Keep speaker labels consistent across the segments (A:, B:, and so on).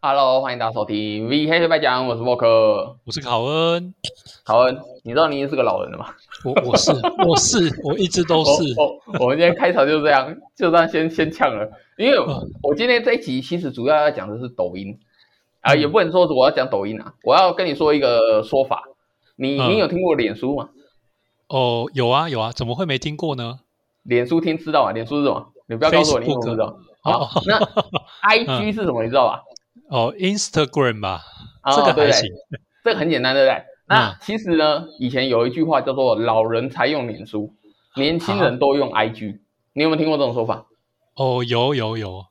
A: Hello，欢迎大家收听 V 黑黑白讲，我是沃克。
B: 我是考恩，
A: 好恩，你知道你已经是个老人了吗？
B: 我我是我是我一直都是，
A: 我我我们今天开头就这样，就这样先先呛了，因为
B: 嗯
A: 我今天这一集其实主要要讲的是抖音啊、
B: 嗯
A: 也不能说我要讲抖音啊，我要跟你说一个说法，你
B: 嗯
A: 你有听过脸书吗？
B: 哦，有啊有啊，怎么会没听过呢？
A: 脸书听知道吗？脸书是什么？你不要告诉我你
B: Facebook
A: 怎么知道。
B: 哦
A: 好，那 IG 是什么？你知道吧？
B: 哦，Instagram 吧，
A: 啊
B: 这个
A: 对
B: 还
A: 对
B: 行，
A: 这个很简单，对不对？那
B: 嗯
A: 其实呢，以前有一句话叫做“老人才用脸书，年轻
B: 啊
A: 人都用 IG”，你有没有听过这种说法？
B: 哦，有有有，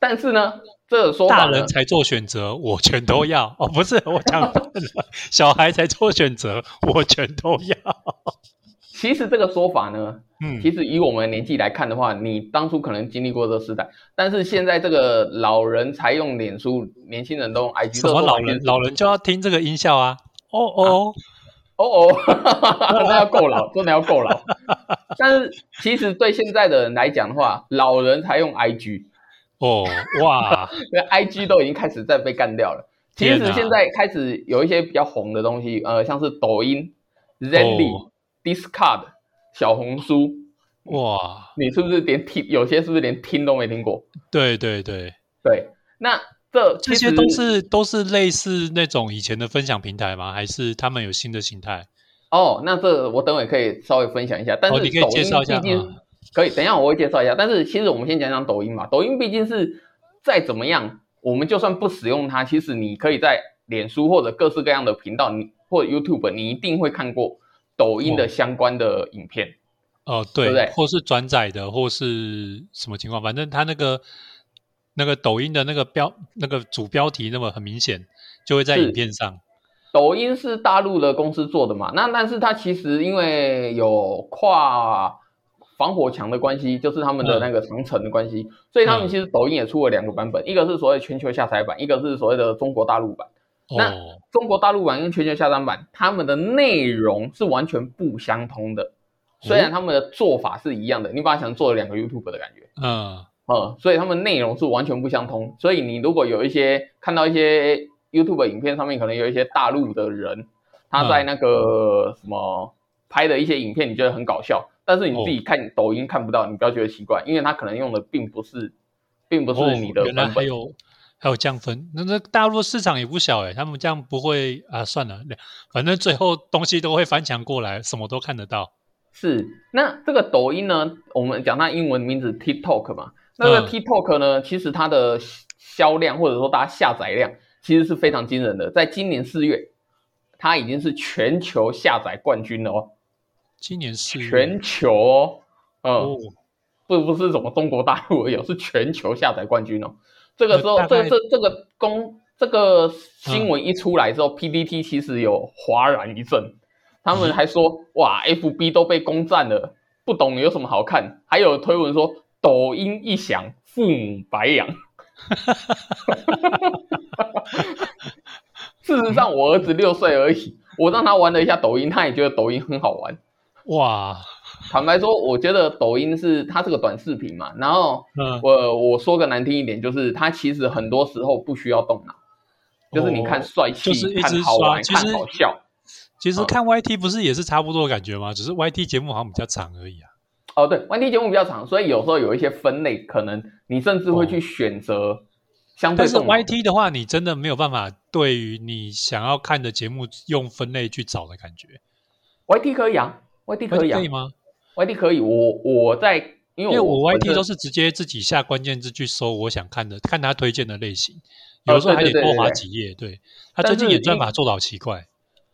A: 但是呢，这个说法
B: 大
A: 呢
B: 人才做选择，我全都要。哦，不是，我讲错了，小孩才做选择，我全都要。
A: 其实这个说法呢，
B: 嗯
A: 其实以我们的年纪来看的话，你当初可能经历过这个时代，但是现在这个老人才用脸书，年轻人都用 IG，
B: 什么
A: 这个说法
B: 老
A: 其
B: 人
A: 实？
B: 老人就要听这个音效啊？哦哦，
A: 哦哦， 那要够老，真的要够老。但是其实对现在的人来讲的话，老人才用 IG，
B: 哦，哇，
A: 因为 IG 都已经开始在被干掉了。其
B: 天
A: 实
B: 哪
A: 现在开始有一些比较红的东西，呃，像是抖音、Zenly、
B: 哦
A: Discard、小红书，
B: 哇，
A: 你是不是连听有些是不是连听都没听过？
B: 对对对，
A: 对，那这其
B: 这些
A: 实
B: 都是都是类似那种以前的分享平台吗？还是他们有新的形态？
A: 哦，那这我等会可以稍微分享一下，但是
B: 哦，
A: 抖
B: 你
A: 音
B: 可以介绍一下
A: 毕竟
B: 嗯
A: 可以，等一下我会介绍一下。但是其实我们先讲讲抖音嘛，抖音毕竟是再怎么样，我们就算不使用它，其实你可以在脸书或者各式各样的频道，你或者 YouTube，你一定会看过抖音的
B: 哦
A: 相关的影片。
B: 哦，
A: 对
B: 对，
A: 不对
B: 或是转载的，或是什么情况？反正他那个那个抖音的那个标那个主标题那么很明显，就会在
A: 是
B: 影片上。
A: 抖音是大陆的公司做的嘛，那但是它其实因为有跨防火墙的关系，就是他们的
B: 嗯
A: 那个长城的关系，所以他们
B: 嗯
A: 其实抖音也出了两个版本，一个是所谓全球下载版，一个是所谓的中国大陆版。那
B: 哦，
A: 中国大陆版跟全球下单版，他们的内容是完全不相通的。虽然他们的做法是一样的，你把它想做两个 YouTube 的感觉，
B: 嗯，
A: 嗯，所以他们内容是完全不相通。所以你如果有一些看到一些 YouTube 影片上面可能有一些大陆的人，
B: 嗯
A: 他在那个什么拍的一些影片，你觉得很搞笑，但
B: 哦
A: 是你自己看抖音看不到，你不要觉得奇怪，因为他可能用的并不是，并不
B: 哦
A: 是你的
B: 原来
A: 版
B: 还
A: 本。
B: 有还有降分，那那大陆市场也不小诶，欸他们这样不会啊？算了，反正最后东西都会翻墙过来，什么都看得到。
A: 是，那这个抖音呢，我们讲它英文名字 TikTok 嘛，那个
B: 嗯
A: TikTok 呢，其实它的销量或者说大家下载量其实是非常惊人的，在今年四月，它已经是全球下载冠军了哦，
B: 今年是
A: 全球哦，嗯，
B: 哦，
A: 不不是什么中国大陆而已哦，是全球下载冠军哦。这个时候，
B: 呃大
A: 这
B: 概
A: 这这个公这个新闻一出来之后、
B: 嗯
A: p d t 其实有哗然一震，他们还说、哇，FB 都被攻占了，不懂有什么好看？还有推文说抖音一响，父母白养。 事实上，我儿子六岁而已，我让他玩了一下抖音，他也觉得抖音很好玩。
B: 哇，
A: 坦白说，我觉得抖音是它是个短视频嘛，然后
B: 嗯，
A: 我我说个难听一点，就是它其实很多时候不需要动脑，就是你看帅气、
B: 哦就是一
A: 看
B: 直
A: 好玩、
B: 刷，其实
A: 看好笑。
B: 其实
A: 嗯
B: 看 YT 不是也是差不多的感觉吗？只是 YT 节目好像比较长而已啊。
A: 哦，对，玩题节目比较长，所以有时候有一些分类，可能你甚至会去选择相对
B: 哦但是
A: 动脑。
B: YT 的话，你真的没有办法对于你想要看的节目用分类去找的感觉，
A: YT 可以啊，YT 可以啊
B: 可以吗？
A: ，YT 可以。我我在因
B: 因
A: 为
B: 为我
A: 本身
B: YT 都是直接自己下关键字去搜我想看的，看他推荐的类型，
A: 哦
B: 有的时候还得多划几页。对他最近演算法做的好奇怪，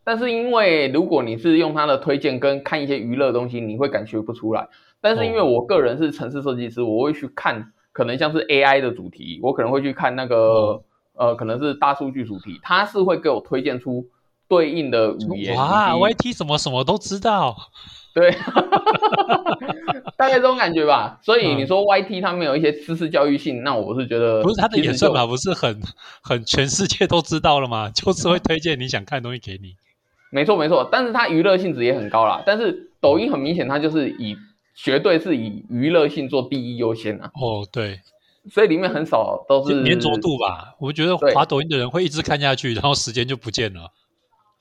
A: 但是因为如果你是用它的推荐跟看一些娱乐的东西，你会感觉不出来。但是因为
B: 哦
A: 我个人是城市设计师，我会去看可能像是 AI 的主题，我可能会去看那个、
B: 嗯
A: 呃，可能是大数据主题，它是会给我推荐出对应的语言。
B: 哇
A: 以及
B: ，YT 怎么什么都知道？
A: 对，大概这种感觉吧。所以你说 YT 它没有一些知识教育性，那我是觉得
B: 嗯不是他
A: 呃
B: 的
A: 其实
B: 演算
A: 就
B: 法不是很很全世界都知道了吗？ 就是会推荐你想看的东西给你。
A: 没错没错，但是它娱乐性质也很高啦。但是抖音很明显，它就是以绝对是以娱乐性做第一优先啊。
B: 哦，对，
A: 所以里面很少都是
B: 粘着度吧。我觉得
A: 对
B: 滑抖音的人会一直看下去，然后时间就不见了。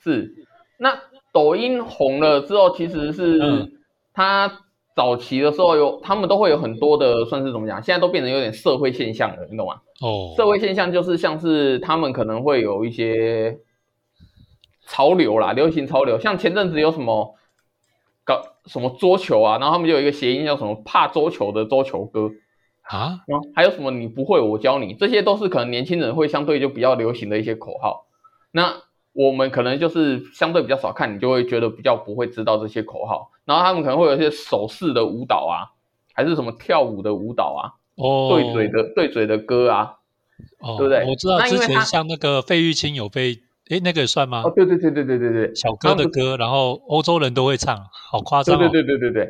A: 是，那抖音红了之后，其实
B: 嗯
A: 是它早期的时候有，他们都会有很多的，算是怎么讲？现在都变成有点社会现象了，你懂吗？
B: 哦，
A: 社会现象就是像是他们可能会有一些潮流啦，流行潮流，像前阵子有什么搞什么桌球啊，然后他们就有一个谐音叫什么“怕桌球”的桌球歌，
B: 啊，
A: 然后哦还有什么你不会我教你，这些都是可能年轻人会相对就比较流行的一些口号。那我们可能就是相对比较少看，你就会觉得比较不会知道这些口号。然后他们可能会有一些手势的舞蹈啊，还是什么跳舞的舞蹈啊，
B: 哦，
A: 对嘴的对嘴的歌啊，
B: 哦，
A: 对不对
B: 我知道
A: 那因
B: 之
A: 为
B: 前
A: 他
B: 像那个费玉清有被，诶，那个也算吗
A: 哦，？对对对对对对对，
B: 小哥的歌，然后欧洲人都会唱，好夸张
A: 对
B: 哦。
A: 对对对对对，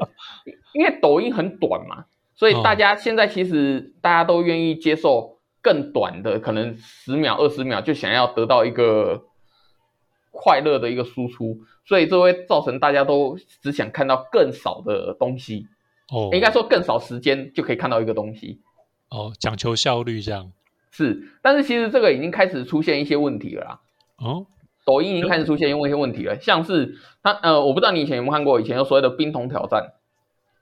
A: 因为抖音很短嘛，所以
B: 嗯
A: 大家现在其实大家都愿意接受更短的，可能十秒、二十秒就想要得到一个快乐的一个输出，所以这会造成大家都只想看到更少的东西，
B: 哦，
A: 应该说更少时间就可以看到一个东西。
B: 哦，讲求效率这样。
A: 是，但是其实这个已经开始出现一些问题了啦。
B: 哦，
A: 抖音已经开始出现一些问题了，像是它呃，我不知道你以前有没有看过以前有所谓的冰桶挑战，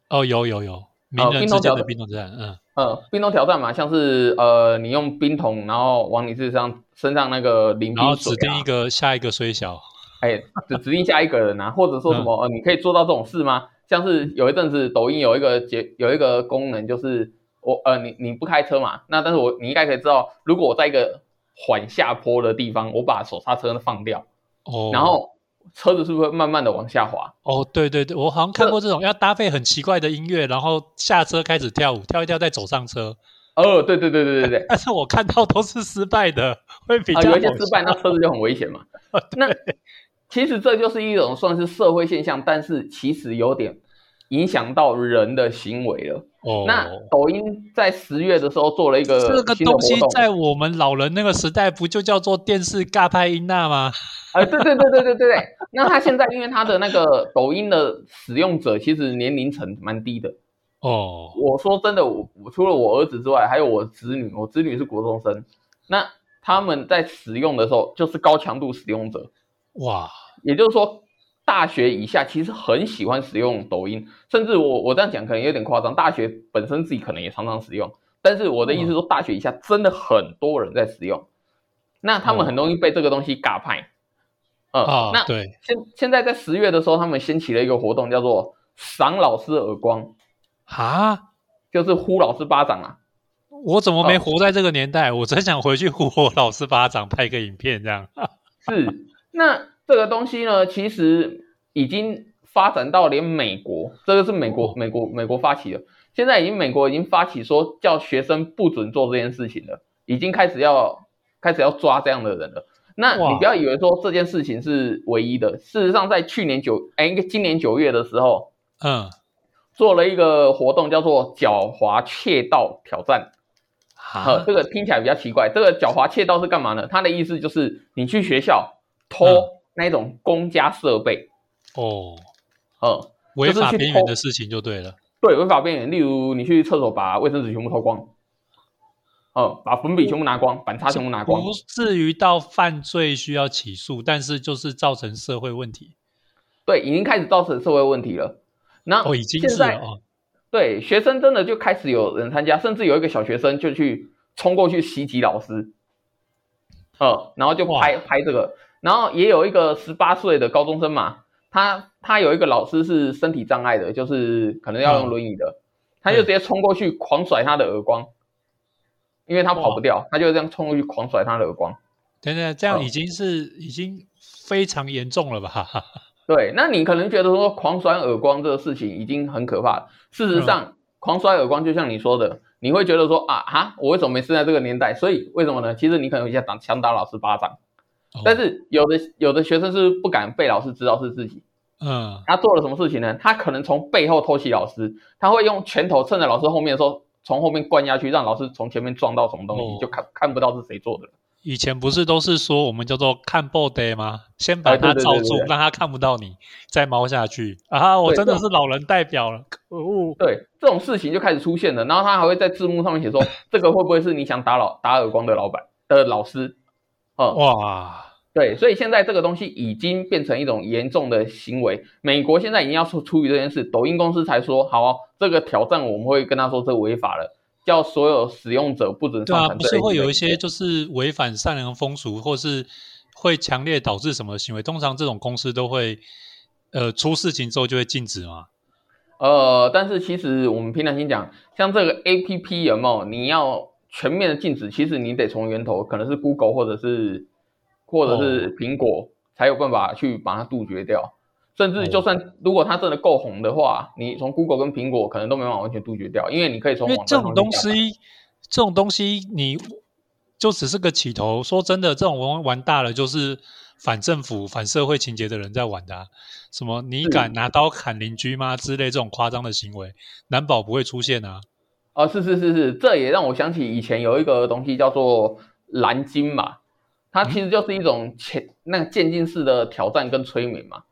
B: 哦，有有有，名
A: 冰
B: 人之
A: 桶
B: 间
A: 挑
B: 的
A: 战
B: 冰桶之战，嗯，
A: 呃，冰桶挑战嘛，像是呃，你用冰桶，然后往你身上身上那个淋
B: 然后
A: 冰水、
B: 指
A: 啊，
B: 定一个下一个虽小，
A: 哎，指指定下一个人啊，或者说什么、
B: 嗯
A: 呃，你可以做到这种事吗？像是有一阵子抖音有一个节有一个功能，就是我呃，你你不开车嘛，那但是我你应该可以知道，如果我在一个缓下坡的地方，我把手刹车放掉，
B: 哦，
A: 然后车子是不是会慢慢的往下滑？
B: 哦，对对对，我好像看过这种要搭配很奇怪的音乐，然后下车开始跳舞，跳一跳再走上车，
A: 哦，对对对对对对，
B: 但是我看到都是失败的，会比
A: 啊、
B: 较
A: 有一些
B: 好啊
A: 失败，那车子就很危 险嘛。那其实这就是一种算是社会现象，但是其实有点影响到人的行为了。
B: 哦，
A: 那抖音在十月的时候做了一个
B: 这个
A: 新的活
B: 东西
A: 动，
B: 在我们老人那个时代不就叫做电视尬拍音娜吗？
A: 呃，对对对对对对对。那他现在因为他的那个抖音的使用者其实年龄层蛮低的。
B: 哦，
A: 我说真的，我我除了我儿子之外，还有我子女，我子女是国中生，那他们在使用的时候就是高强度使用者。
B: 哇，
A: 也就是说，大学以下其实很喜欢使用抖音，甚至我我这样讲可能有点夸张，大学本身自己可能也常常使用，但是我的意思
B: 嗯
A: 说，大学以下真的很多人在使用，那他们很容易被这个东西尬派。嗯，
B: 哦啊，
A: 那
B: 对，
A: 现现在在十月的时候，他们掀起了一个活动，叫做“赏老师耳光
B: 啊，”，
A: 就是呼老师巴掌啊。
B: 我怎么
A: 呃
B: 没活在这个年代？我真想回去呼我老师巴掌，拍个影片这样。
A: 是，那这个东西呢，其实已经发展到连美国，这个是美
B: 哦
A: 国、美国、美国发起的。现在已经美国已经发起说叫学生不准做这件事情了，已经开始要开始要抓这样的人了。那
B: 哇
A: 你不要以为说这件事情是唯一的，事实上在去年九哎，应该今年九月的时候
B: 嗯，
A: 做了一个活动，叫做“狡猾窃盗挑战”。呃
B: 啊，
A: 这个听起来比较奇怪。这个狡猾窃盗是干嘛呢？它的意思就是你去学校偷
B: 嗯
A: 那一种公家设备，
B: 哦，
A: 呃，
B: 违法
A: 去
B: 边缘
A: 偷
B: 的事情就对了。
A: 对，违法边缘，例如你去厕所把卫生纸全部偷光，呃，把粉笔全部拿
B: 哦
A: 光，板擦全部拿光，
B: 不至于到犯罪需要起诉，但是就是造成社会问题。
A: 对，已经开始造成社会问题了。那
B: 哦，已经
A: 现
B: 是了
A: 在
B: 哦，
A: 对学生真的就开始有人参加，甚至有一个小学生就去冲过去袭击老师，呃，然后就
B: 哇
A: 拍拍这个，然后也有一个十八岁的高中生嘛，他他有一个老师是身体障碍的，就是可能要用
B: 嗯
A: 轮椅的，他就直接冲过去狂甩他的耳光，因为他跑不掉，他就这样冲过去狂甩他的耳光。
B: 等等，这样
A: 哦
B: 已经是、已经非常严重了 吧？
A: 对，那你可能觉得说狂甩耳光这个事情已经很可怕了。事
B: 嗯
A: 实上，狂甩耳光就像你说的，你会觉得说啊哈，我为什么没生在这个年代？所以为什么呢？其实你可能想打想打老师巴掌，
B: 哦
A: 但是有的有的学生是不敢被老师知道是自己，
B: 嗯，
A: 他做了什么事情呢？他可能从背后偷袭老师，他会用拳头趁着老师后面的时候从后面灌下去，让老师从前面撞到什么东西，
B: 哦
A: 就看看不到是谁做的了。
B: 以前不是都是说我们叫做看 b o day 吗？先把
A: 哎对
B: 它
A: 对
B: 罩
A: 对对
B: 住，
A: 对
B: 让它看不到你，再猫下去啊！我
A: 对
B: 真的
A: 这
B: 是老人代表了，可恶！
A: 对，这种事情就开始出现了，然后他还会在字幕上面 写说，这个会不会是你想打老打耳光的老板的老师？嗯，
B: 哇，
A: 对，所以现在这个东西已经变成一种严重的行为。美国现在已经要出出于这件事，抖音公司才说好、哦这个挑战我们会跟他说这违法了，叫所有使用者不准
B: 对
A: 上
B: 啊，
A: 传
B: 不
A: 这类型的影片。
B: 是会有一些就是违反善良风俗，或是会强烈导致什么行为？通常这种公司都会，呃，出事情之后就会禁止嘛。
A: 呃，但是其实我们平常心讲，像这个 A P P 有没有你要全面的禁止，其实你得从源头，可能是 Google 或者是或者
B: 哦
A: 是苹果才有办法去把它杜绝掉。甚
B: 哦
A: 至就算如果它真的够红的话，你从 Google 跟苹果可能都没办法完全杜绝掉，因为你可以从
B: 因为
A: 网
B: 这
A: 站上
B: 种东
A: 面下载
B: 西，这种东西你就只是个起头。说真的，这种玩玩大了就是反政府、反社会情节的人在玩的、啊。什么你
A: 是
B: 敢拿刀砍邻居吗之类这种夸张的行为，难保不会出现啊。
A: 啊，是是是是，这也让我想起以前有一个东西叫做蓝鲸嘛，它
B: 嗯
A: 其实就是一种前那个渐进式的挑战跟催眠嘛。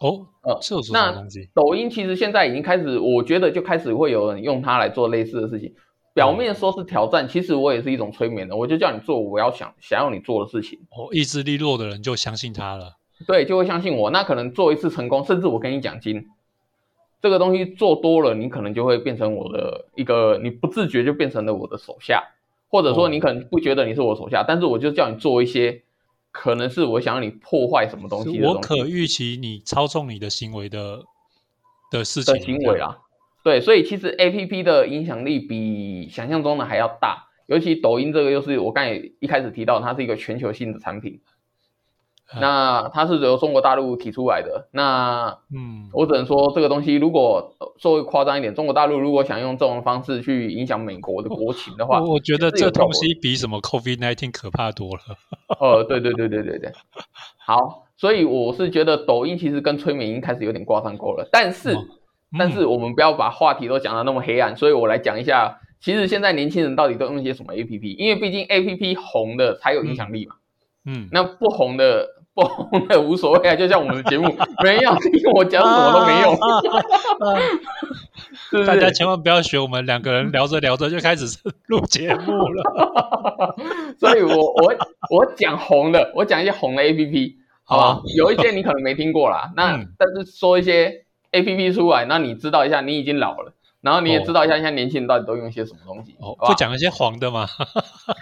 B: 哦，
A: 呃
B: 这有什
A: 那
B: 么东西？
A: 抖音其实现在已经开始，我觉得就开始会有人用它来做类似的事情。表面说是挑
B: 嗯
A: 战，其实我也是一种催眠的，我就叫你做我要想想要你做的事情，
B: 哦，意志力弱的人就相信他了。
A: 对，就会相信我。那可能做一次成功，甚至我给你奖金，这个东西做多了，你可能就会变成我的一个，你不自觉就变成了我的手下，或者说
B: 哦
A: 你可能不觉得你是我手下，但是我就叫你做一些可能是我想让你破坏什么东西
B: 是
A: 的
B: 我
A: 东西
B: 可预期你操纵你的行为的的事情
A: 的行为啊啦。对，所以其实 A P P 的影响力比想象中的还要大，尤其抖音这个又是我刚才一开始提到，它是一个全球性的产品，嗯
B: 啊
A: 那它是由中国大陆提出来的，那
B: 嗯，
A: 我只能说，这个东西如果呃稍微夸张一点，中国大陆如果想用这种方式去影响美国的国情的话
B: 我，我觉得
A: 也是有效
B: 这东
A: 果
B: 西比什么 COVID nineteen 可怕多了。
A: 呃，对对对对对对，好，所以我是觉得抖音其实跟催眠已经开始有点挂上钩了，但是、
B: 嗯
A: 但是我们不要把话题都讲的那么黑暗，所以我来讲一下，其实现在年轻人到底都用些什么 A P P，因为毕竟 A P P 红的才有影响力嘛，
B: 嗯，
A: 那不红的。不红的无所谓啊，就像我们的节目，没有听我讲什么都没用，
B: 啊啊啊啊
A: 是不
B: 大家
A: 是？
B: 千万不要学我们两个人聊着聊着就开始录节目 了。
A: 所以我我我讲红的，我讲一些红的 A P P，好吧？
B: 好
A: 有一些你可能没听过啦，那、
B: 哦嗯
A: 但是说一些 A P P 出来，那你知道一下，你已经老了，然后你也知道一下现在年轻人到底都用些什么东西，
B: 哦，
A: 好
B: 不
A: 吧？
B: 讲一些黄的嘛。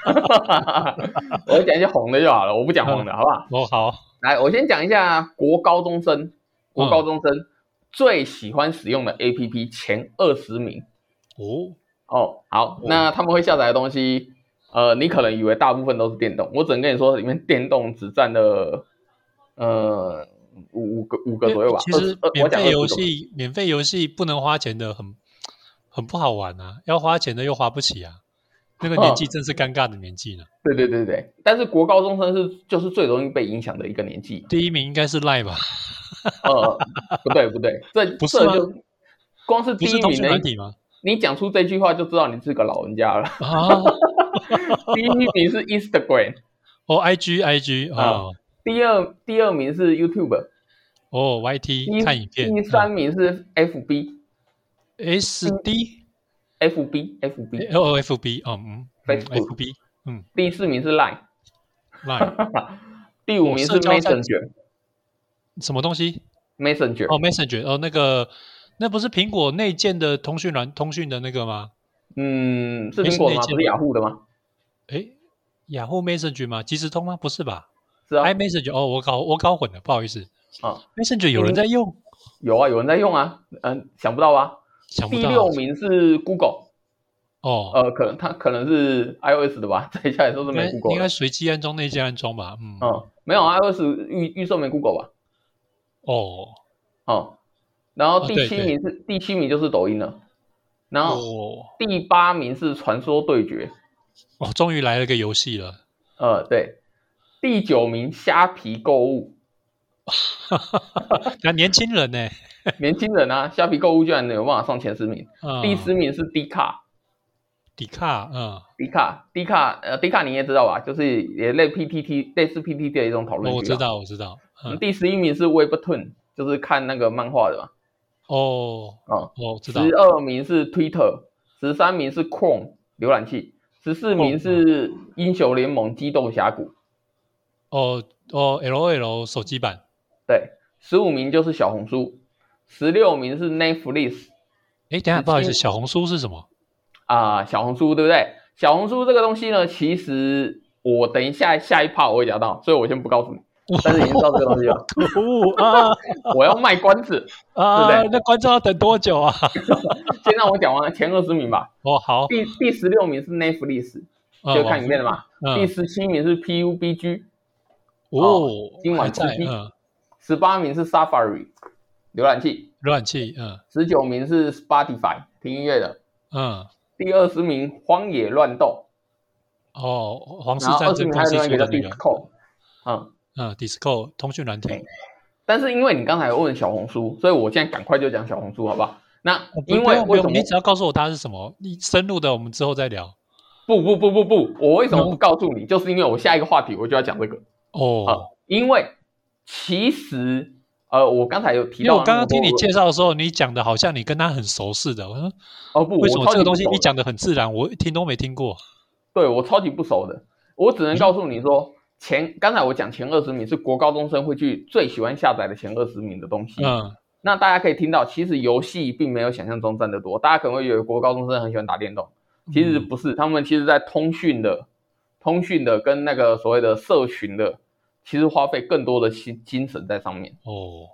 A: 我讲一些红的就好了，我不讲红的，好不好？
B: 哦，好，
A: 来，我先讲一下国高中生，国高中生最喜欢使用的 A P P 前二十名
B: 哦，
A: 哦。好，那他们会下载的东西。呃，你可能以为大部分都是电动，我只能跟你说，里面电动只占了呃五五个五个左右吧。
B: 其实
A: 20呃我
B: 免
A: 讲
B: 费
A: 20左右
B: 游戏，免费游戏不能花钱的很很不好玩啊，要花钱的又花不起啊。那个年纪真是尴尬的年纪呢。。
A: 对对对对，但是国高中生是就是最容易被影响的一个年纪
B: 第一名应该是赖吧？
A: 呃，不对不对，这
B: 不是
A: 这
B: 吗
A: 就光是
B: 不
A: 第
B: 是
A: 一
B: 同
A: 名
B: 学
A: 的，
B: 团体吗？
A: 你讲出这句话就知道你是个老人家 了。
B: 啊，
A: 第一名是 Instagram，
B: 哦，IG IG
A: 啊
B: 哦，
A: 第二第二名是 YouTube，
B: 哦
A: 第
B: ，YT 看影片，嗯
A: 第三名是 FB。
B: S D
A: F B F B，
B: L F B 哦，嗯
A: ，Facebook
B: ，F B 嗯
A: 第四名是 Line，
B: ，Line
A: 第五
B: 哦
A: 名是
B: 社交战士
A: Messenger，Messenger，、
B: 什么东西？哦，Messenger 哦，那个那不是苹果内建的通讯软通讯的那个吗？
A: 嗯，是
B: 没
A: 苹
B: 事
A: 果的
B: 内
A: 吗？
B: 建
A: 不是
B: 吗
A: 雅虎的吗？
B: 诶，雅虎 Messenger 吗？即时通吗？不是吧
A: 是啊，
B: ？iMessage 哦，我搞我搞混了，不好意思。
A: 啊
B: ，Messenger 有人在用，
A: 有啊，有人在用啊，嗯、想不到吧？
B: 想不
A: 第
B: 到
A: 六名是 Google，
B: 哦，
A: 呃，可能它可能是 iOS 的吧，再下来说是
B: 应
A: 没
B: 该
A: Google
B: 应
A: 的
B: 该随机安装内建安装吧？嗯，
A: 嗯，没有 iOS 预预售没 Google 吧？
B: 哦
A: 哦、然后
B: 啊
A: 第
B: 对
A: 七
B: 对
A: 名是、第七名就是抖音了，然后
B: 哦
A: 第八名是传说对决，
B: 哦，终于来了个游 戏了，
A: 呃，对，第九名虾皮购物，
B: 那年轻人呢？
A: 年轻人啊，虾皮购物居然有办法上前十名，
B: 嗯
A: 第十名是 D 卡，
B: 迪卡，嗯，
A: 迪卡，迪卡，呃，迪卡你也知道吧？就是也类 PPT 类似 PPT 的一种讨论区、啊
B: 哦我知道，我知道，嗯，
A: 第十一名是 Webtoon，就是看那个漫画的嘛。
B: 哦，
A: 哦，
B: 我知道，
A: 十二名是 Twitter，十三名是 Chrome 浏览器，十四名是
B: 嗯
A: 英雄联盟激斗峡谷，
B: 哦哦，L O L 手机版，
A: 对，十五名就是小红书，十六名是 Netflix
B: 哎，等一下，不好意思，
A: 17
B: 小红书是什么？
A: 啊、小红书对不对？小红书这个东西呢，其实我等一下下一趴我会讲到，所以我先不告诉你，但是已经知道这个东西了，
B: 可恶啊
A: 我要卖关子，对
B: 啊
A: 不！
B: 那观众要等多久啊？
A: 先让我讲完前二十名吧。
B: 哦，好，
A: 第第十六名是 Netflix，
B: 嗯
A: 就看影片的嘛。第
B: 嗯，
A: 十七名是 PUBG，
B: 哦，
A: 今晚
B: 还在，
A: 吃鸡
B: 嗯，
A: 十八名是 Safari 浏览器，
B: 浏览器，嗯
A: 十九名是 Spotify 听音乐的，
B: 嗯，
A: 第二十名荒野乱斗，
B: 哦，皇室
A: 然后
B: 战
A: 二十
B: 争
A: 名
B: 公
A: 还有
B: 司
A: 另外一
B: 出
A: 个
B: 的
A: 叫
B: 那个，
A: Discord，嗯。
B: 嗯，Disco 通讯软体，
A: 对但是因为你刚才有问小红书，所以我现在赶快就讲小红书好不好？那
B: 哦不
A: 因
B: 不
A: 为
B: 用不
A: 为什
B: 用，
A: 么
B: 你只要告诉我它是什么，你深入的我们之后再聊。
A: 不不不不不，我为什
B: 嗯
A: 么不告诉你？就是因为我下一个话题我就要讲这个啊、
B: 哦，
A: 因为其实呃，我刚才有提
B: 因为
A: 到，
B: 我刚刚听你介绍的时候，你讲的好像你跟他很熟似的，我说
A: 哦不，
B: 为什
A: 我超
B: 么
A: 级
B: 这个
A: 不
B: 东西
A: 熟
B: 你
A: 的
B: 讲的很自然，我一听都没听过。
A: 对我超级不熟的，我只能告诉你
B: 嗯
A: 说，前刚才我讲前二十名是国高中生会去最喜欢下载的前二十名的东西。
B: 嗯，
A: 那大家可以听到，其实游戏并没有想象中占得多，大家可能会以为国高中生很喜欢打电动，其实不是，他们其实在通讯的、通讯的跟那个所谓的社群的，其实花费更多的心精神在上面。
B: 哦，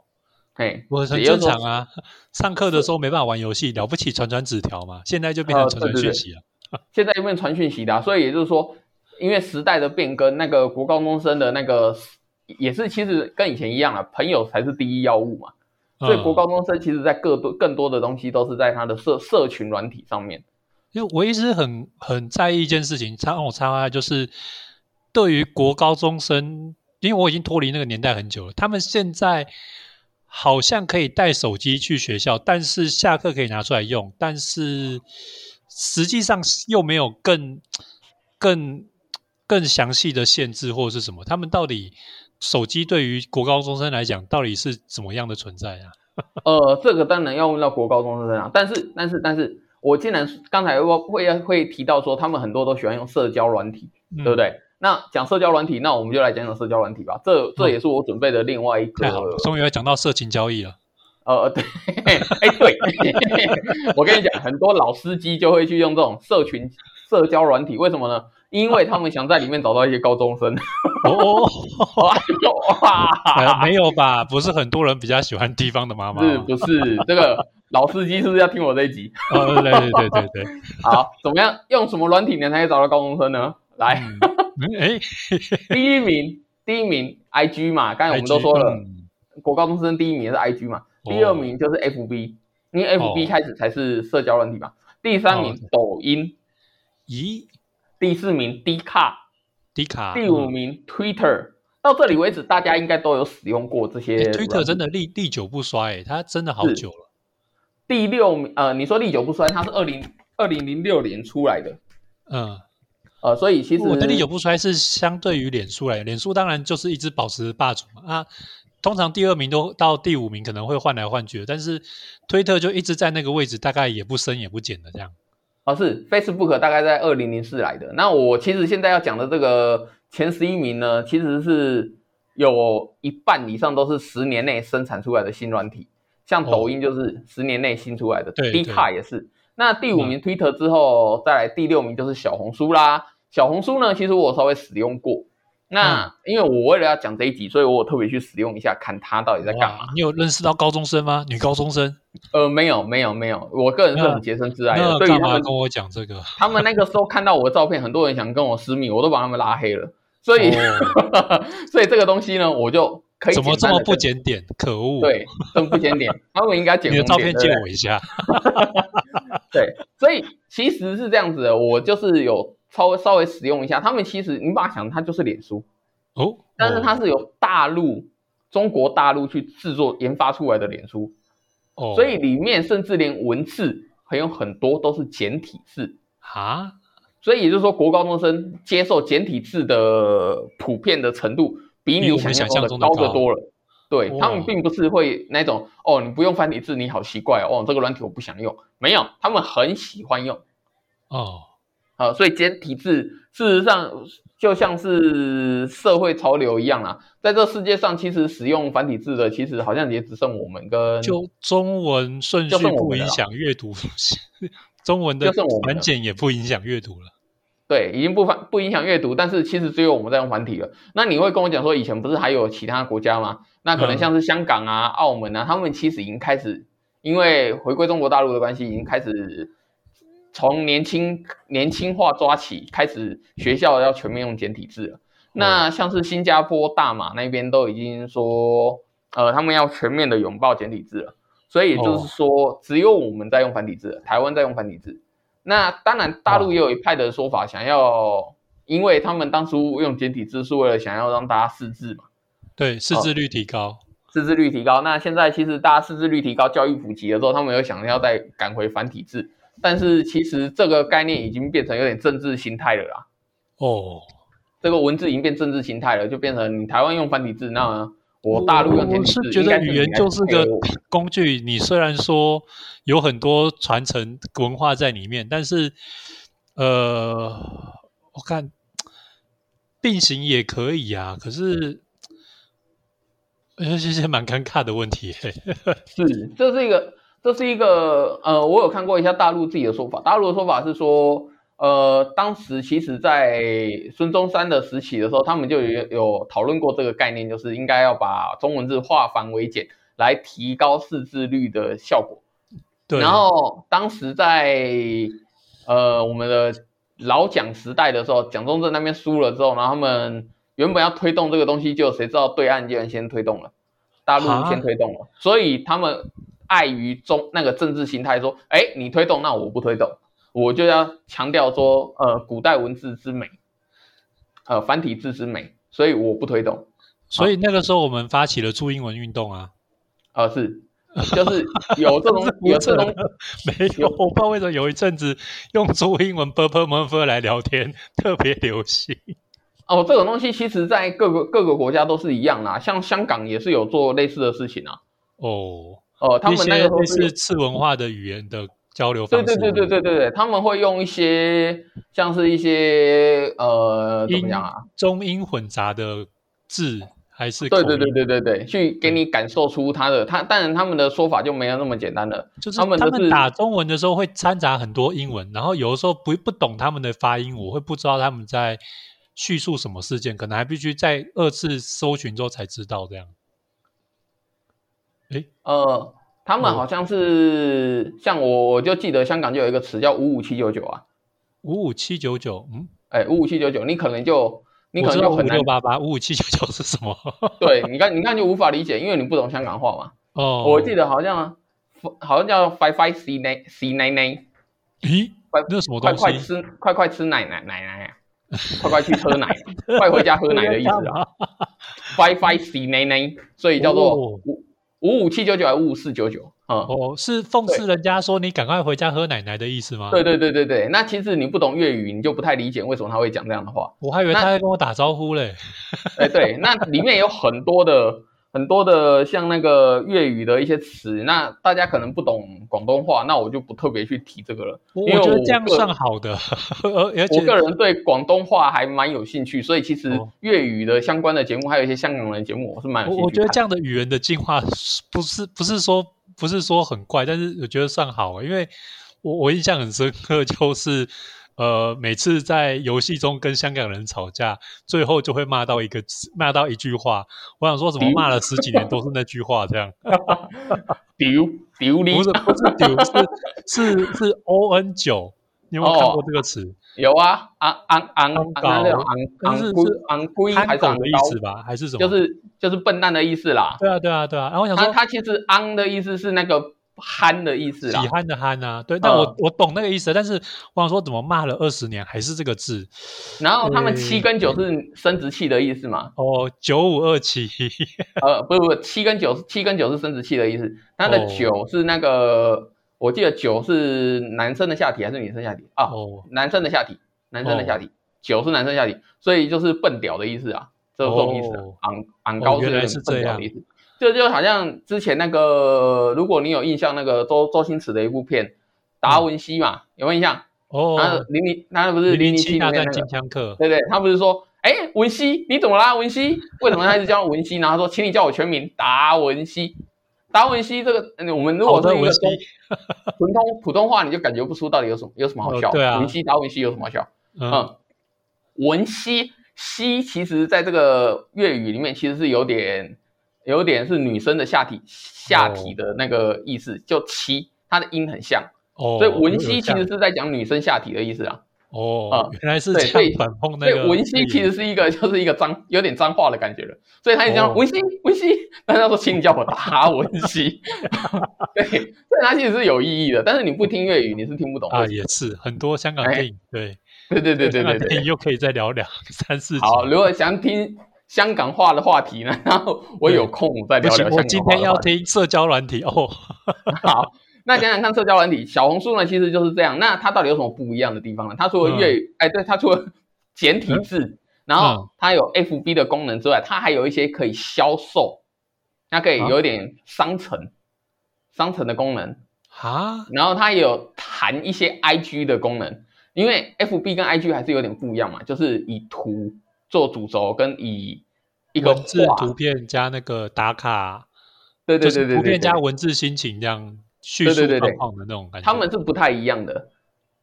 A: 嘿，
B: 我很
A: 也就是说
B: 正常啊。上课的时候没办法玩游戏，了不起传传纸条嘛，现在就变成
A: 呃
B: 传
A: 对
B: 传
A: 对
B: 讯
A: 对
B: 息了。
A: 现在因为传讯息的啊、所以也就是说，因为时代的变更，那个国高中生的那个也是其实跟以前一样啊，朋友才是第一要务嘛。所以
B: 嗯
A: 国高中生其实在各多更多的东西都是在他的社社群软体上面。
B: 因为我一直很很在意一件事情，插让我插话就是，对于国高中生，因为我已经脱离那个年代很久了，他们现在好像可以带手机去学校，但是下课可以拿出来用，但是实际上又没有更更更详细的限制或者是什么，他们到底手机对于国高中生来讲到底是怎么样的存在啊？
A: 呃，这个当然要问到国高中生啊，但是但是但是我竟然刚才会会会提到说，他们很多都喜欢用社交软体，
B: 嗯
A: 对不？对？那讲社交软体，那我们就来讲讲社交软体吧。这这也是我准备的另外一个
B: 嗯太好了，终于要讲到色情交易了。
A: 呃，对，哎，对， 我跟你讲，很多老司机就会去用这种社群社交软体，为什么呢？因为他们想在里面找到一些高中生。
B: 哦哦哦。
A: 哇
B: 呃，
A: 哇，
B: 没 有吧？不是很多人比较喜欢地方的妈妈
A: 是
B: 吗？
A: 不是这个老司机是不是要听我这一集？
B: 哦，对对对对对。
A: 好，怎么样？用什么软体你才可以找到高中生呢？ 来，
B: 嗯，哎，
A: 第一名，第一名 IG 嘛，刚才我们都
B: IG
A: 说了，
B: 嗯
A: 国高中生第一名是 IG 嘛，
B: 哦
A: 第二名就是 FB，因为
B: 哦
A: FB 开始才是社交软体嘛。第三名抖音，
B: 咦，
A: 第四名 D 卡，
B: 迪卡，
A: 第五
B: 嗯
A: 名 Twitter。到这里为止，大家应该都有使用过这些
B: 哎
A: 软体。
B: ，Twitter 真的历历久不衰，哎，它真的好久了。
A: 第六名，呃，你说历久不衰，它是二零二零零六年出来的，
B: 嗯，
A: 呃，所以其实
B: 哦我的历久不衰是相对于脸书来，脸书当然就是一直保持霸主嘛啊。通常第二名都到第五名可能会换来换去的，但是推特就一直在那个位置，大概也不升也不减的这样。
A: 哦，是 Facebook 大概在二零零四来的。那我其实现在要讲的这个前十一名呢，其实是有一半以上都是十年内生产出来的新软体，像
B: 哦
A: 抖音就是十年内新出来的，
B: 对
A: 低
B: 对嗯
A: 卡也是。那第五名 Twitter 之后，再来第六名就是小红书啦。小红书呢，其实我有稍微使用过。
B: 嗯
A: 那、因为我为了要讲这一集，所以我有特别去使用一下，看它到底在干嘛
B: 哇。，你有认识到高中生吗？女高中生？
A: 呃，没有，没有，没有，我个人是
B: 那
A: 很洁身自爱的。
B: 那
A: 对于
B: 干
A: 他
B: 嘛
A: 们
B: 跟我讲这个？
A: 他们那个时候看到我的照片，很多人想跟我私密，我都把他们拉黑了。所以，
B: 哦
A: 所以这个东西呢，我就可以
B: 怎么
A: 简
B: 这
A: 单
B: 么
A: 地
B: 不
A: 跟？
B: 检点？可恶！，
A: 对，这么不检 点，他们应该检
B: 你的
A: 红
B: 照
A: 点
B: 片
A: 对
B: 借
A: 不
B: 我一下。
A: 对对，所以其实是这样子的，我就是有稍微稍微使用一下。他们其实你把它想，它就是脸书，
B: 哦，
A: 但是它
B: 哦
A: 是由大陆、中国大陆去制作研发出来的脸书，
B: 哦，
A: 所以里面甚至连文字还有很多都是简体字。
B: 啊，
A: 所以也就是说，国高中生接受简体字的普遍的程度，比
B: 比
A: 你
B: 我们
A: 想
B: 想
A: 象
B: 象中
A: 中的
B: 的高
A: 高得多了。对
B: 哇
A: 他们并不是会那种哦，你不用繁体字，你好奇怪哦，哦这个软体我不想用。没有，他们很喜欢用
B: 哦，
A: 啊、所以简体字事实上就像是社会潮流一样啦，在这世界上，其实使用繁体字的，其实好像也只剩我们跟
B: 就中文顺序
A: 就剩我
B: 不
A: 们了
B: 影
A: 啦
B: 响阅读， 中文的
A: 就剩我们了
B: 繁简也不影响阅读了。
A: 对，已经不反不影响阅读，但是其实只有我们在用繁体了。那你会跟我讲说，以前不是还有其他国家吗？那可能像是香港啊、澳门啊，他们其实已经开始，因为回归中国大陆的关系，已经开始从年轻年轻化抓起，开始学校要全面用简体字了。那像是新加坡、大马那边都已经说，呃，他们要全面的拥抱简体字了。所以也就是说，只有我们在用繁体字了，台湾在用繁体字。那当然，大
B: 哦
A: 陆也有一派的说法，想要，因为他们当初用简体字是为了想要让大家识字嘛，
B: 对，识字率提高，
A: 识字率提高。那现在其实大家识字率提高，教育普及了之后，他们又想要再赶回繁体字，但是其实这个概念已经变成有点政治心态了啦。
B: 哦，
A: 这个文字已经变政治心态了，就变成你台湾用繁体字，那我大陆用简
B: 我
A: 体字
B: 是，觉
A: 应
B: 得
A: 该是
B: 语言
A: 你来
B: 就是
A: 配合
B: 个
A: 我
B: 工具。你虽然说有很多传承文化在里面，但是呃，我看并行也可以啊。可是，呃，这些蛮尴尬的问题、嘿
A: 是，这是一个，这是一个，呃，我有看过一下大陆自己的说法，大陆的说法是说，呃，当时其实在孙中山的时期的时候，他们就有有讨论过这个概念，就是应该要把中文字化繁为简，来提高识字率的效果。
B: 对，
A: 然后当时在呃我们的老蒋时代的时候，蒋中正那边输了之后，然后他们原本要推动这个东西，就谁知道对岸竟然先推动了，大陆
B: 啊
A: 先推动了，所以他们碍于中那个政治形态说，哎，你推动，那我不推动，我就要强调说，呃，古代文字之美，呃，繁体字之美，所以我不推动。
B: 所以那个时候我们发起了注英文运动啊。
A: 呃，是，就是有这种
B: 这胡
A: 有这
B: 扯
A: 种
B: 没有，
A: 有
B: 我不知道为什么有一阵子用中英文 “purple m u r p h 来聊天特别流行。
A: 哦，这种东西其实在各个各个国家都是一样啦，像香港也是有做类似的事情啊。
B: 哦，
A: 呃，他
B: 一
A: 们那
B: 些
A: 个时候
B: 类
A: 是有
B: 似次文化的语言的交流方
A: 对
B: 式。
A: 对对对对对对，他们会用一些像是一些呃怎么
B: 英
A: 讲啊？
B: 中英混杂的字还是
A: 对
B: 口
A: 对对
B: 音，
A: 对对对，去给你感受出他的他，当然他们的说法就没有那么简单了。
B: 就是
A: 他们
B: 他
A: 的
B: 们
A: 是
B: 打中文的时候会掺杂很多英文，然后有的时候不不懂他们的发音，我会不知道他们在叙述什么事件，可能还必须在二次搜寻之后才知道这样。
A: 呃，他
B: 嗯
A: 们好像是、像我我就记得香港就有一个词叫五五七九九啊，
B: 五五七九九，嗯，
A: 哎，五五七九九，你可能就你
B: 我
A: 可
B: 知
A: 能
B: 道
A: 就
B: 五
A: 很难
B: 六，八八，五五七九九是什么？
A: 对，你看你看就无法理解，因为你不懂香港话嘛。
B: 哦，
A: 我记得好像好像叫 five five c 奶 c 奶奶，
B: 咦
A: 快，
B: 那什么
A: 快
B: 东
A: 快
B: 西？
A: 吃快快吃奶奶奶奶啊，快快去喝奶， 快回家喝奶的意思啊
B: 啊！
A: ，five five c 奶奶，所以叫做
B: 哦
A: 五五五七九九还五五四九九啊。
B: 哦，是讽刺人家说你赶快回家喝奶奶的意思吗？
A: 对，对对对对，那其实你不懂粤语，你就不太理解为什么他会讲这样的话。
B: 我还以为他在跟我打招呼嘞。
A: 哎，对，那里面有很多的很多的像那个粤语的一些词，那大家可能不懂广东话，那我就不特别去提这个了。
B: 我我
A: 因为
B: 觉得
A: 我
B: 这样
A: 个
B: 算好的，而而
A: 我
B: 且
A: 个人对广东话还蛮有兴趣，所以其实
B: 哦
A: 粤语的相关的节目，还有一些香港人的节目，我是蛮有
B: 我
A: 兴趣
B: 我觉得这
A: 样
B: 样的语言的进化是不是不是说不是说很怪，但是我觉得算好，因为我我印象很深刻，就是呃每次在游戏中跟香港人吵架，最后就会骂到一个骂到一句话，我想说怎么骂了十几年都是那句话这样，
A: 丢丢你
B: 不是不是丢是是是 O N 九，你有没有
A: 哦
B: 看过这个词？
A: 有啊，昂昂昂昂
B: 昂
A: 那种昂
B: 但是
A: 昂贵
B: 是
A: 昂贵
B: 憨
A: 还是
B: 狗
A: 昂
B: 的意
A: 高，
B: 思吧，还是什么？
A: 就是就是笨蛋的意思啦。
B: 对啊对啊对啊，然后我想
A: 它
B: 说。
A: 它其实昂的意思是那个憨的意思啦
B: 喜。憨的憨啊，对，但
A: 嗯
B: 我、我懂那个意思，但是我想说，怎么骂了二十年还是这个字？
A: 然后他们
B: 对
A: 七跟九是生殖器的意思嘛？
B: 哦，九五二七，
A: 呃，不不不，七跟九七跟九是生殖器的意思，它的
B: 哦
A: 九是那个我记得九是男生的下体还是女生下体啊？
B: 哦，
A: 男生的下体，男生的下体，九、是男生下体，所以就是笨屌的意思啊，这是这种意思啊
B: 哦，
A: 昂昂高
B: 哦
A: 是
B: 原
A: 有
B: 来
A: 点
B: 是
A: 笨
B: 这
A: 屌
B: 样
A: 的意思。这就好像之前那个，如果你有印象，那个周周星驰的一部片《达文西》嘛，有没有印象？他
B: 哦，
A: 零零，他啊不是零
B: 零零
A: 零七
B: 七
A: 里
B: 大
A: 面那个，
B: 战金枪客，
A: 对对，他不是说，哎，文熙，你怎么啦，文熙？为什么他一直叫文熙？然后他说，请你叫我全名达文西。达文西这个，嗯我们如果
B: 好的
A: 是一个
B: 哦文西
A: 中普通普通话，你就感觉不出到底有什么有什么好
B: 哦
A: 笑。
B: 对啊
A: 文熙达文西有什么好笑？
B: 嗯，
A: 嗯，文熙熙其实在这个粤语里面其实是有点有点是女生的下体
B: 哦
A: 下体的那个意思，就七，它的音很像，
B: 哦，
A: 所以文熙
B: 西
A: 其实是在讲女生下体的意思啊。
B: 哦
A: 啊，
B: 原来是
A: 对
B: 这
A: 所以
B: 样反讽
A: 所
B: 那
A: 以
B: 个
A: 文熙其实是一个，就是一个脏，有点脏话的感觉了。所以他一直
B: 哦
A: 讲文熙，文熙，但他说请你叫我达文 熙。对，所以他其实是有意义的，但是你不听粤语，你是听不懂的。
B: 啊，也是很多香港
A: 哎
B: 电影，对
A: 对对对对
B: 香
A: 对
B: 港电影
A: 对。
B: 又可以再聊两三四集。
A: 好，如果想听香港话的话题呢，然后我有空再
B: 不
A: 聊聊
B: 行，
A: 香港话的话题。
B: 我今天要听社交软体哦。
A: 好，那想想看社交软体，小红书呢其实就是这样。那它到底有什么不一样的地方呢？它除
B: 嗯
A: 了粤语，哎、对，它除了简体字，然后它有 FB 的功能之外，它还有一些可以销售，它可以有一点商城、商城的功能，
B: 啊，
A: 然后它也有谈一些 IG 的功能，因为 FB 跟 IG 还是有点不一样嘛，就是以图做主轴，跟以一个
B: 文字
A: 画，
B: 图片加那个打卡，
A: 对对
B: 就
A: 对
B: 是
A: 对
B: 图
A: 对
B: 片加
A: 对，
B: 文字心情这样叙
A: 对
B: 述
A: 对对对
B: 状况的那种感觉。
A: 他们是不太一样的。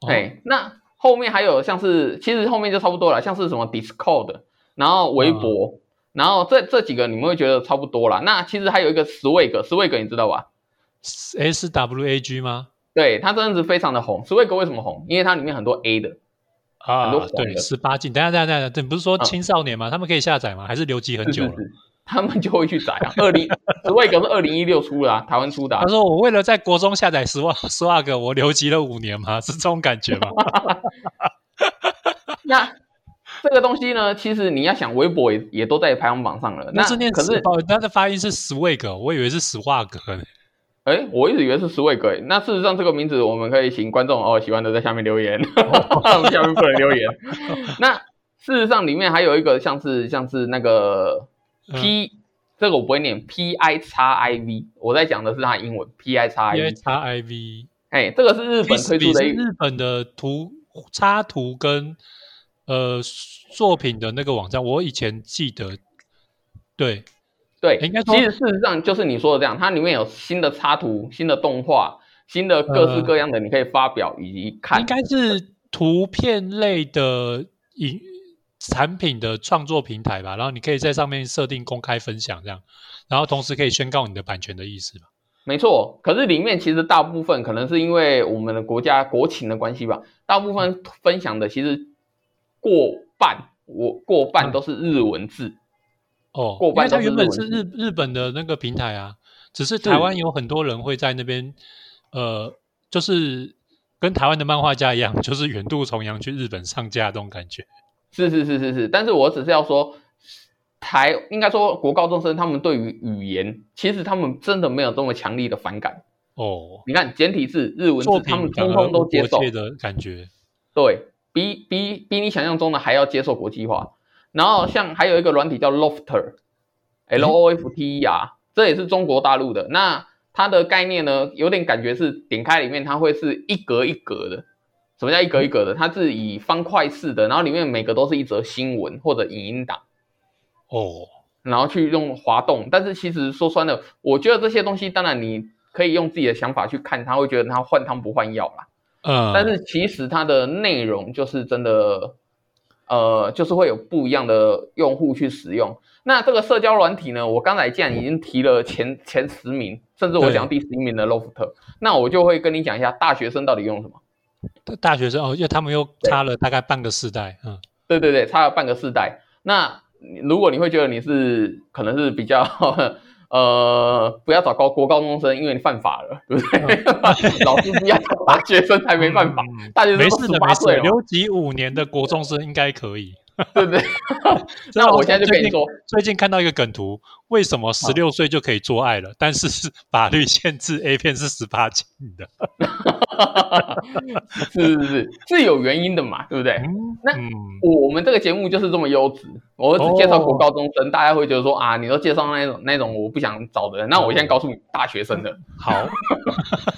B: 哦
A: 哎，那后面还有像是，其实后面就差不多了，像是什么 Discord，然后微
B: 嗯
A: 博，然后这这几个你们会觉得差不多了。那其实还有一个 Swag，Swag 你知道吧？
B: S W A G 吗？
A: 对，它真的是非常的红。Swag 为什么红？因为它里面很多 A 的，
B: 啊
A: 很多，黄
B: 对，
A: 的
B: 十八禁。等一下，等一下，等一下，等，不是说
A: 嗯
B: 青少年吗？他们可以下载吗？还是留级很久了
A: 是？是是他们就会去载啊。二零 Swag 是二零一六出的、啊，台湾出的、啊
B: 他。说：“我为了在国中下载十万十万个，我留级了五年嘛，是这种感觉吗？
A: 那这个东西呢，其实你要想，微博也也都在排行榜上了。那
B: 那是念
A: 可
B: 十
A: 是，
B: 报，他的发音是 swag，我以为是十万个呢。
A: 哎，我一直以为是 Swag，哎那事实上这个名字我们可以请观众哦喜欢的在下面留言。
B: 哦
A: 我们下面不能留言。那事实上，里面还有一个像是像是那个
B: 嗯
A: P，、这个我不会念 P I X I V，我在讲的是它的英文 P I X I
B: 因为
A: V。
B: x I V
A: 哎，这个是日本推
B: Frisbee
A: 出的
B: 是
A: 一个，
B: 日本的图插图跟呃作品的那个网站，我以前记得，对，
A: 对，
B: 应该说
A: 其实事实上就是你说的这样，它里面有新的插图、新的动画、新的各式
B: 嗯
A: 各样的你可以发表以及看。
B: 应该是图片类的影产品的创作平台吧。然后你可以在上面设定公开分享这样，然后同时可以宣告你的版权的意思吧。
A: 没错，可是里面其实大部分可能是因为我们的国家国情的关系吧，大部分
B: 嗯
A: 分享的其实过半，我过半
B: 嗯
A: 都是日文字。
B: 哦，
A: 过
B: 因为
A: 半
B: 它
A: 都是
B: 原本
A: 日
B: 是
A: 文
B: 日日本的那个平台啊，只是台湾有很多人会在那边，
A: 嗯
B: 呃，就是跟台湾的漫画家一样， 就是远渡重洋去日本上架这种感觉。
A: 是是是是是，但是我只是要说，台应该说国高中生他们对于语言，其实他们真的没有这么强烈的反感。
B: 哦，
A: 你看简体字、日文
B: 作
A: 字，
B: 品
A: 他们
B: 反
A: 通
B: 而
A: 通都接
B: 无
A: 受
B: 国，界的感觉。
A: 对比比比你想象中的还要接受国际化。然后像还有一个软体叫 Lofter，L O F T E R，这也是中国大陆的。那它的概念呢，有点感觉是点开里面它会是一格一格的。什么叫一格一格的？它是以方块式的，然后里面每个都是一则新闻或者影音档。
B: 哦，
A: 然后去用滑动。但是其实说穿了，我觉得这些东西，当然你可以用自己的想法去看，他会觉得他换汤不换药啦。
B: 嗯，
A: 但是其实它的内容就是真的，呃，就是会有不一样的用户去使用。那这个社交软体呢，我刚才既然已经提了前前十名，甚至我
B: 对
A: 讲第十一名的 Loft，那我就会跟你讲一下大学生到底用什么。
B: 大大学生哦，因为他们又差了大概半个世代，嗯，
A: 对对对，差了半个世代。那你如果你会觉得你是可能是比较 呃，不要找高国高中生，因为你犯法了，对不对？ 老师不要找大学生才没办法，
B: 嗯，
A: 大学生
B: 没
A: 都
B: 事
A: 十
B: 的，
A: 八
B: 没事
A: 岁
B: 的，
A: 了。
B: 留级五年的国中生应该可以。
A: 对不对？
B: 真的
A: 那我
B: 好
A: 现在就
B: 最
A: 跟你
B: 近
A: 说，
B: 最近看到一个梗图，为什么十六岁就可以做爱了，但是是法律限制 A 片是十八禁的？
A: 是是是，是有原因的嘛， 对不对？
B: 嗯，
A: 那
B: 嗯
A: 我们这个节目就是这么优质，我只介绍国
B: 哦
A: 高中生，大家会觉得说啊，你都介绍那种那种我不想找的人，那我
B: 嗯
A: 现在告诉你大学生的，
B: 好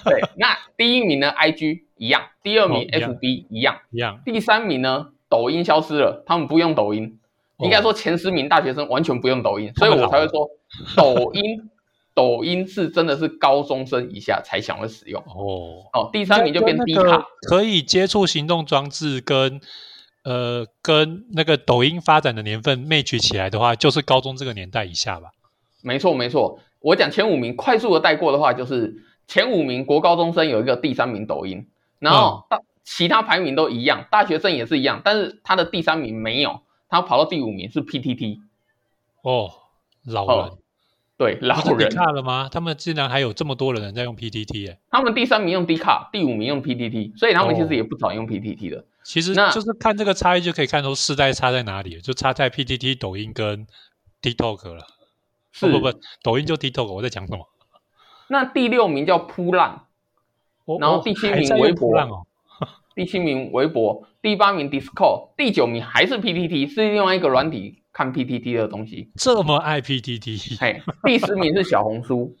A: 对，那第一名呢，IG 一样，第二
B: 哦
A: 名
B: 一样
A: FB 一样，
B: 一样，
A: 第三名呢，抖音消失了，他们不用抖音，应该说前十名大学生完全不用抖音，所以
B: 哦他们
A: 我
B: 老
A: 才会说抖音，抖音是真的是高中生以下才想会使用。
B: 哦，
A: 哦，第三名就变
B: 跟
A: 低
B: 那个
A: 卡，
B: 可以接触行动装置跟呃跟那个抖音发展的年份 match 起来的话，就是高中这个年代以下吧。
A: 没错没错。我讲前五名，快速的带过的话，就是前五名国高中生有一个第三名抖音，然后
B: 嗯
A: 大其他排名都一样，大学生也是一样，但是他的第三名没有，他跑到第五名是 PTT，
B: 哦，老人。
A: 哦对，老
B: 不是
A: 人
B: 你，看了吗？他们竟然还有这么多的人在用 PTT 哎、
A: 他们第三名用 D 卡，第五名用 PTT，所以他们其
B: 哦
A: 实也不少用 PTT 的。
B: 其实
A: 那
B: 就是看这个差异就可以看出世代差在哪里了，就差在 PTT、抖音跟 TikTok 了。哦
A: 是，
B: 不不不，抖音就 TikTok，我在讲什么？
A: 那第六名叫扑浪，
B: 我
A: 然后
B: 我
A: 第七
B: 还
A: 名
B: 在
A: 微
B: 用
A: 博
B: 波浪哦，
A: 第七名微博，第八名 Discord，第九名还是 PTT，是另外一个软体看 PTT 的东西。
B: 这么爱 PTT
A: 嘿，第十名是小红书。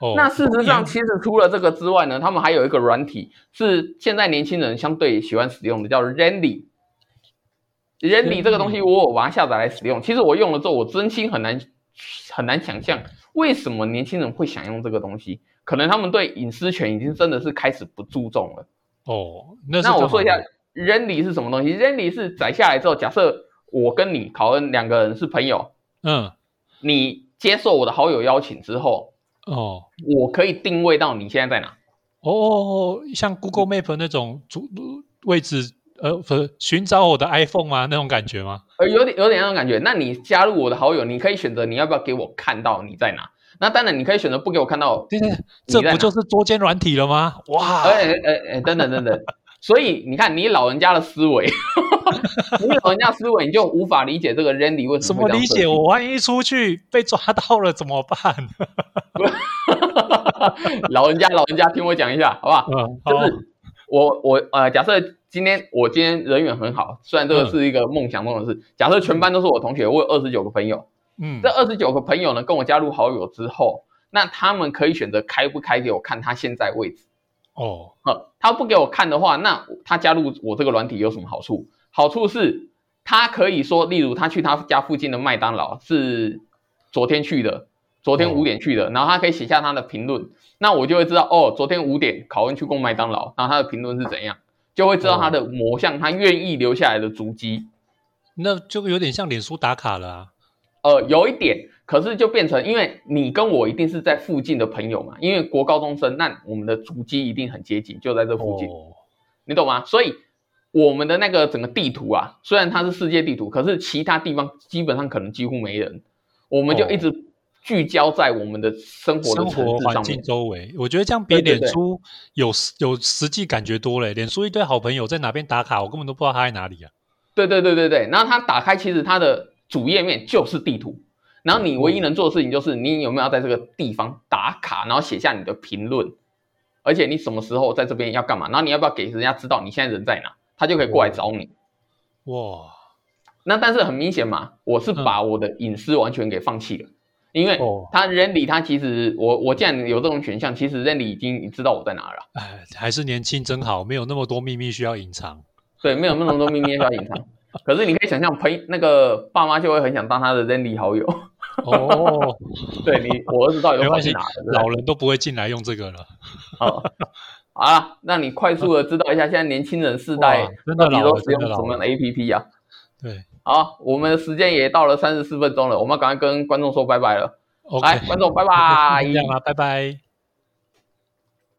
B: 哦。
A: 那事实上，
B: 嗯
A: 其实除了这个之外呢，他们还有一个软体是现在年轻人相对喜欢使用的，叫 Randy。Randy 这个东西，我有把它下载来使用。其实我用了之后，我真心很难很难想象为什么年轻人会想用这个东西。可能他们对隐私权已经真的是开始不注重了。
B: 哦，那是
A: 那我
B: 干
A: 说一
B: 嘛
A: 下
B: 的
A: Randy 是什么东西。Randy 是载下来之后，假设我跟你考恩两个人是朋友，
B: 嗯
A: 你接受我的好友邀请之后，
B: 哦
A: 我可以定位到你现在在哪。
B: 哦哦，哦像 Google Map 那种主位置，呃，不是寻找我的 iPhone 吗？那种感觉吗？
A: 呃，有点有点那种感觉。那你加入我的好友，你可以选择你要不要给我看到你在哪。那当然，你可以选择不给我看到。
B: 对对，
A: 你在
B: 这不就是捉奸软体了吗？哇！
A: 哎哎哎哎，等等等等。所以你看，你老人家的思维， 你老人家的思维，你就无法理解这个 Randy 为什
B: 怎
A: 么会这
B: 么
A: 样
B: 理
A: 设计
B: 解？我万一出去被抓到了怎么办？
A: 老人家，老人家，听我讲一下，好不好？
B: 嗯，
A: 就
B: 好，
A: 是我我呃，假设今天我今天人缘很好，虽然
B: 嗯
A: 这个是一个梦想中的事。假设全班都是我同学，我有二十九个朋友，
B: 嗯
A: 这，二十九个朋友呢，跟我加入好友之后，那他们可以选择开不开给我看他现在位置。
B: 哦，
A: 呃，他不给我看的话，那他加入我这个软体有什么好处？好处是，他可以说，例如他去他家附近的麦当劳是昨天去的，昨天
B: 哦
A: 五点去的，然后他可以写下他的评论，那我就会知道哦，昨天五点考恩去过麦当劳，然后他的评论是怎样，就会知道他的模像，他愿意留下来的足迹。
B: 那就有点像脸书打卡了啊。
A: 呃，有一点，可是就变成，因为你跟我一定是在附近的朋友嘛，因为国高中生，那我们的足迹一定很接近，就在这附近，
B: 哦，
A: 你懂吗？所以我们的那个整个地图啊，虽然它是世界地图，可是其他地方基本上可能几乎没人，我们就
B: 哦
A: 一直聚焦在我们的生活的
B: 生
A: 城
B: 活
A: 市
B: 环
A: 上
B: 境
A: 面。
B: 周围，我觉得这样比
A: 对对
B: 脸
A: 对
B: 书有实有实际感觉多了。脸书一堆好朋友在哪边打卡，我根本都不知道他在哪里啊。
A: 对对对对对，然后它打开，其实它的主页面就是地图。然后你唯一能做的事情就是，你有没有要在这个地方打卡，然后写下你的评论，而且你什么时候在这边要干嘛，然后你要不要给人家知道你现在人在哪，他就可以过来找你。
B: 哇，
A: 那但是很明显嘛，我是把我的隐私完全给放弃了，因为
B: 哦
A: 他 Randy 他其实我我既然有这种选项，其实 Randy 已经知道我在哪了啦，
B: 哎，还是年轻真好，没有那么多秘密需要隐藏。
A: 对，没有那么多秘密需要隐藏。 可是你可以想象，朋那个爸妈就会很想当他的 Randy 好友。
B: 哦，
A: 对你，我儿子到底都
B: 没
A: 跑
B: 关
A: 去
B: 系
A: 哪了？对不对
B: 老人都不会进来用这个了。
A: 好，好啦，那你快速的知道一下现在年轻人世代
B: 哇真
A: 到
B: 的
A: 底
B: 老
A: 都
B: 了，
A: 使
B: 真
A: 用
B: 的
A: 什
B: 老
A: 么样
B: 了。
A: 的 APP 啊？
B: 对
A: 好，我们的时间也到了三十四分钟了，我们要赶快跟观众说拜拜了。
B: ，OK，
A: 来，观众拜
B: 那
A: 拜
B: 就这。样啦，拜拜。